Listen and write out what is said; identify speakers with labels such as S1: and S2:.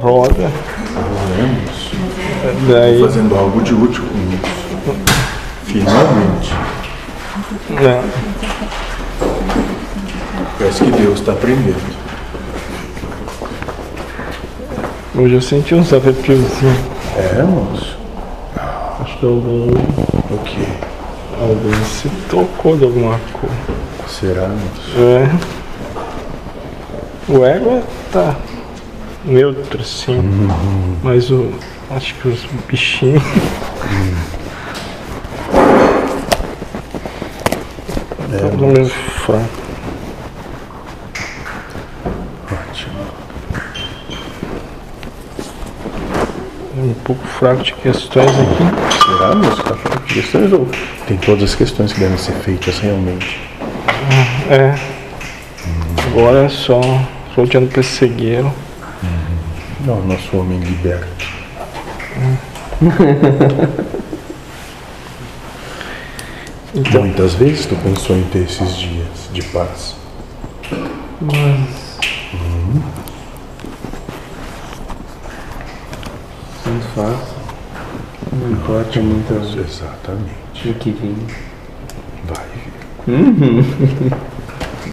S1: roda.
S2: Vamos
S1: Daí,
S2: fazendo algo de útil com isso. Finalmente,
S1: né,
S2: parece que Deus está aprendendo.
S1: hoje eu senti uns arrepiozinhos.
S2: É, moço?
S1: Acho que algum,
S2: O que?
S1: alguém se tocou de alguma coisa.
S2: Será, moço?
S1: É. O ego é- tá neutro, sim. Mas o. Acho que os bichinhos.
S2: É,
S1: Todo meio fraco.
S2: ótimo.
S1: Um pouco fraco de questões aqui.
S2: Será, moço? Tá falando de questões ou tem todas as questões que devem ser feitas realmente?
S1: É. Agora é só. Solteando persegueiro.
S2: Não, nosso homem liberto.
S1: Então-
S2: Muitas vezes tu pensou em ter esses dias de paz.
S1: Mas.
S3: Tanto faz. Não importa é muito
S2: Exatamente.
S3: o que vem.
S2: Vai vir.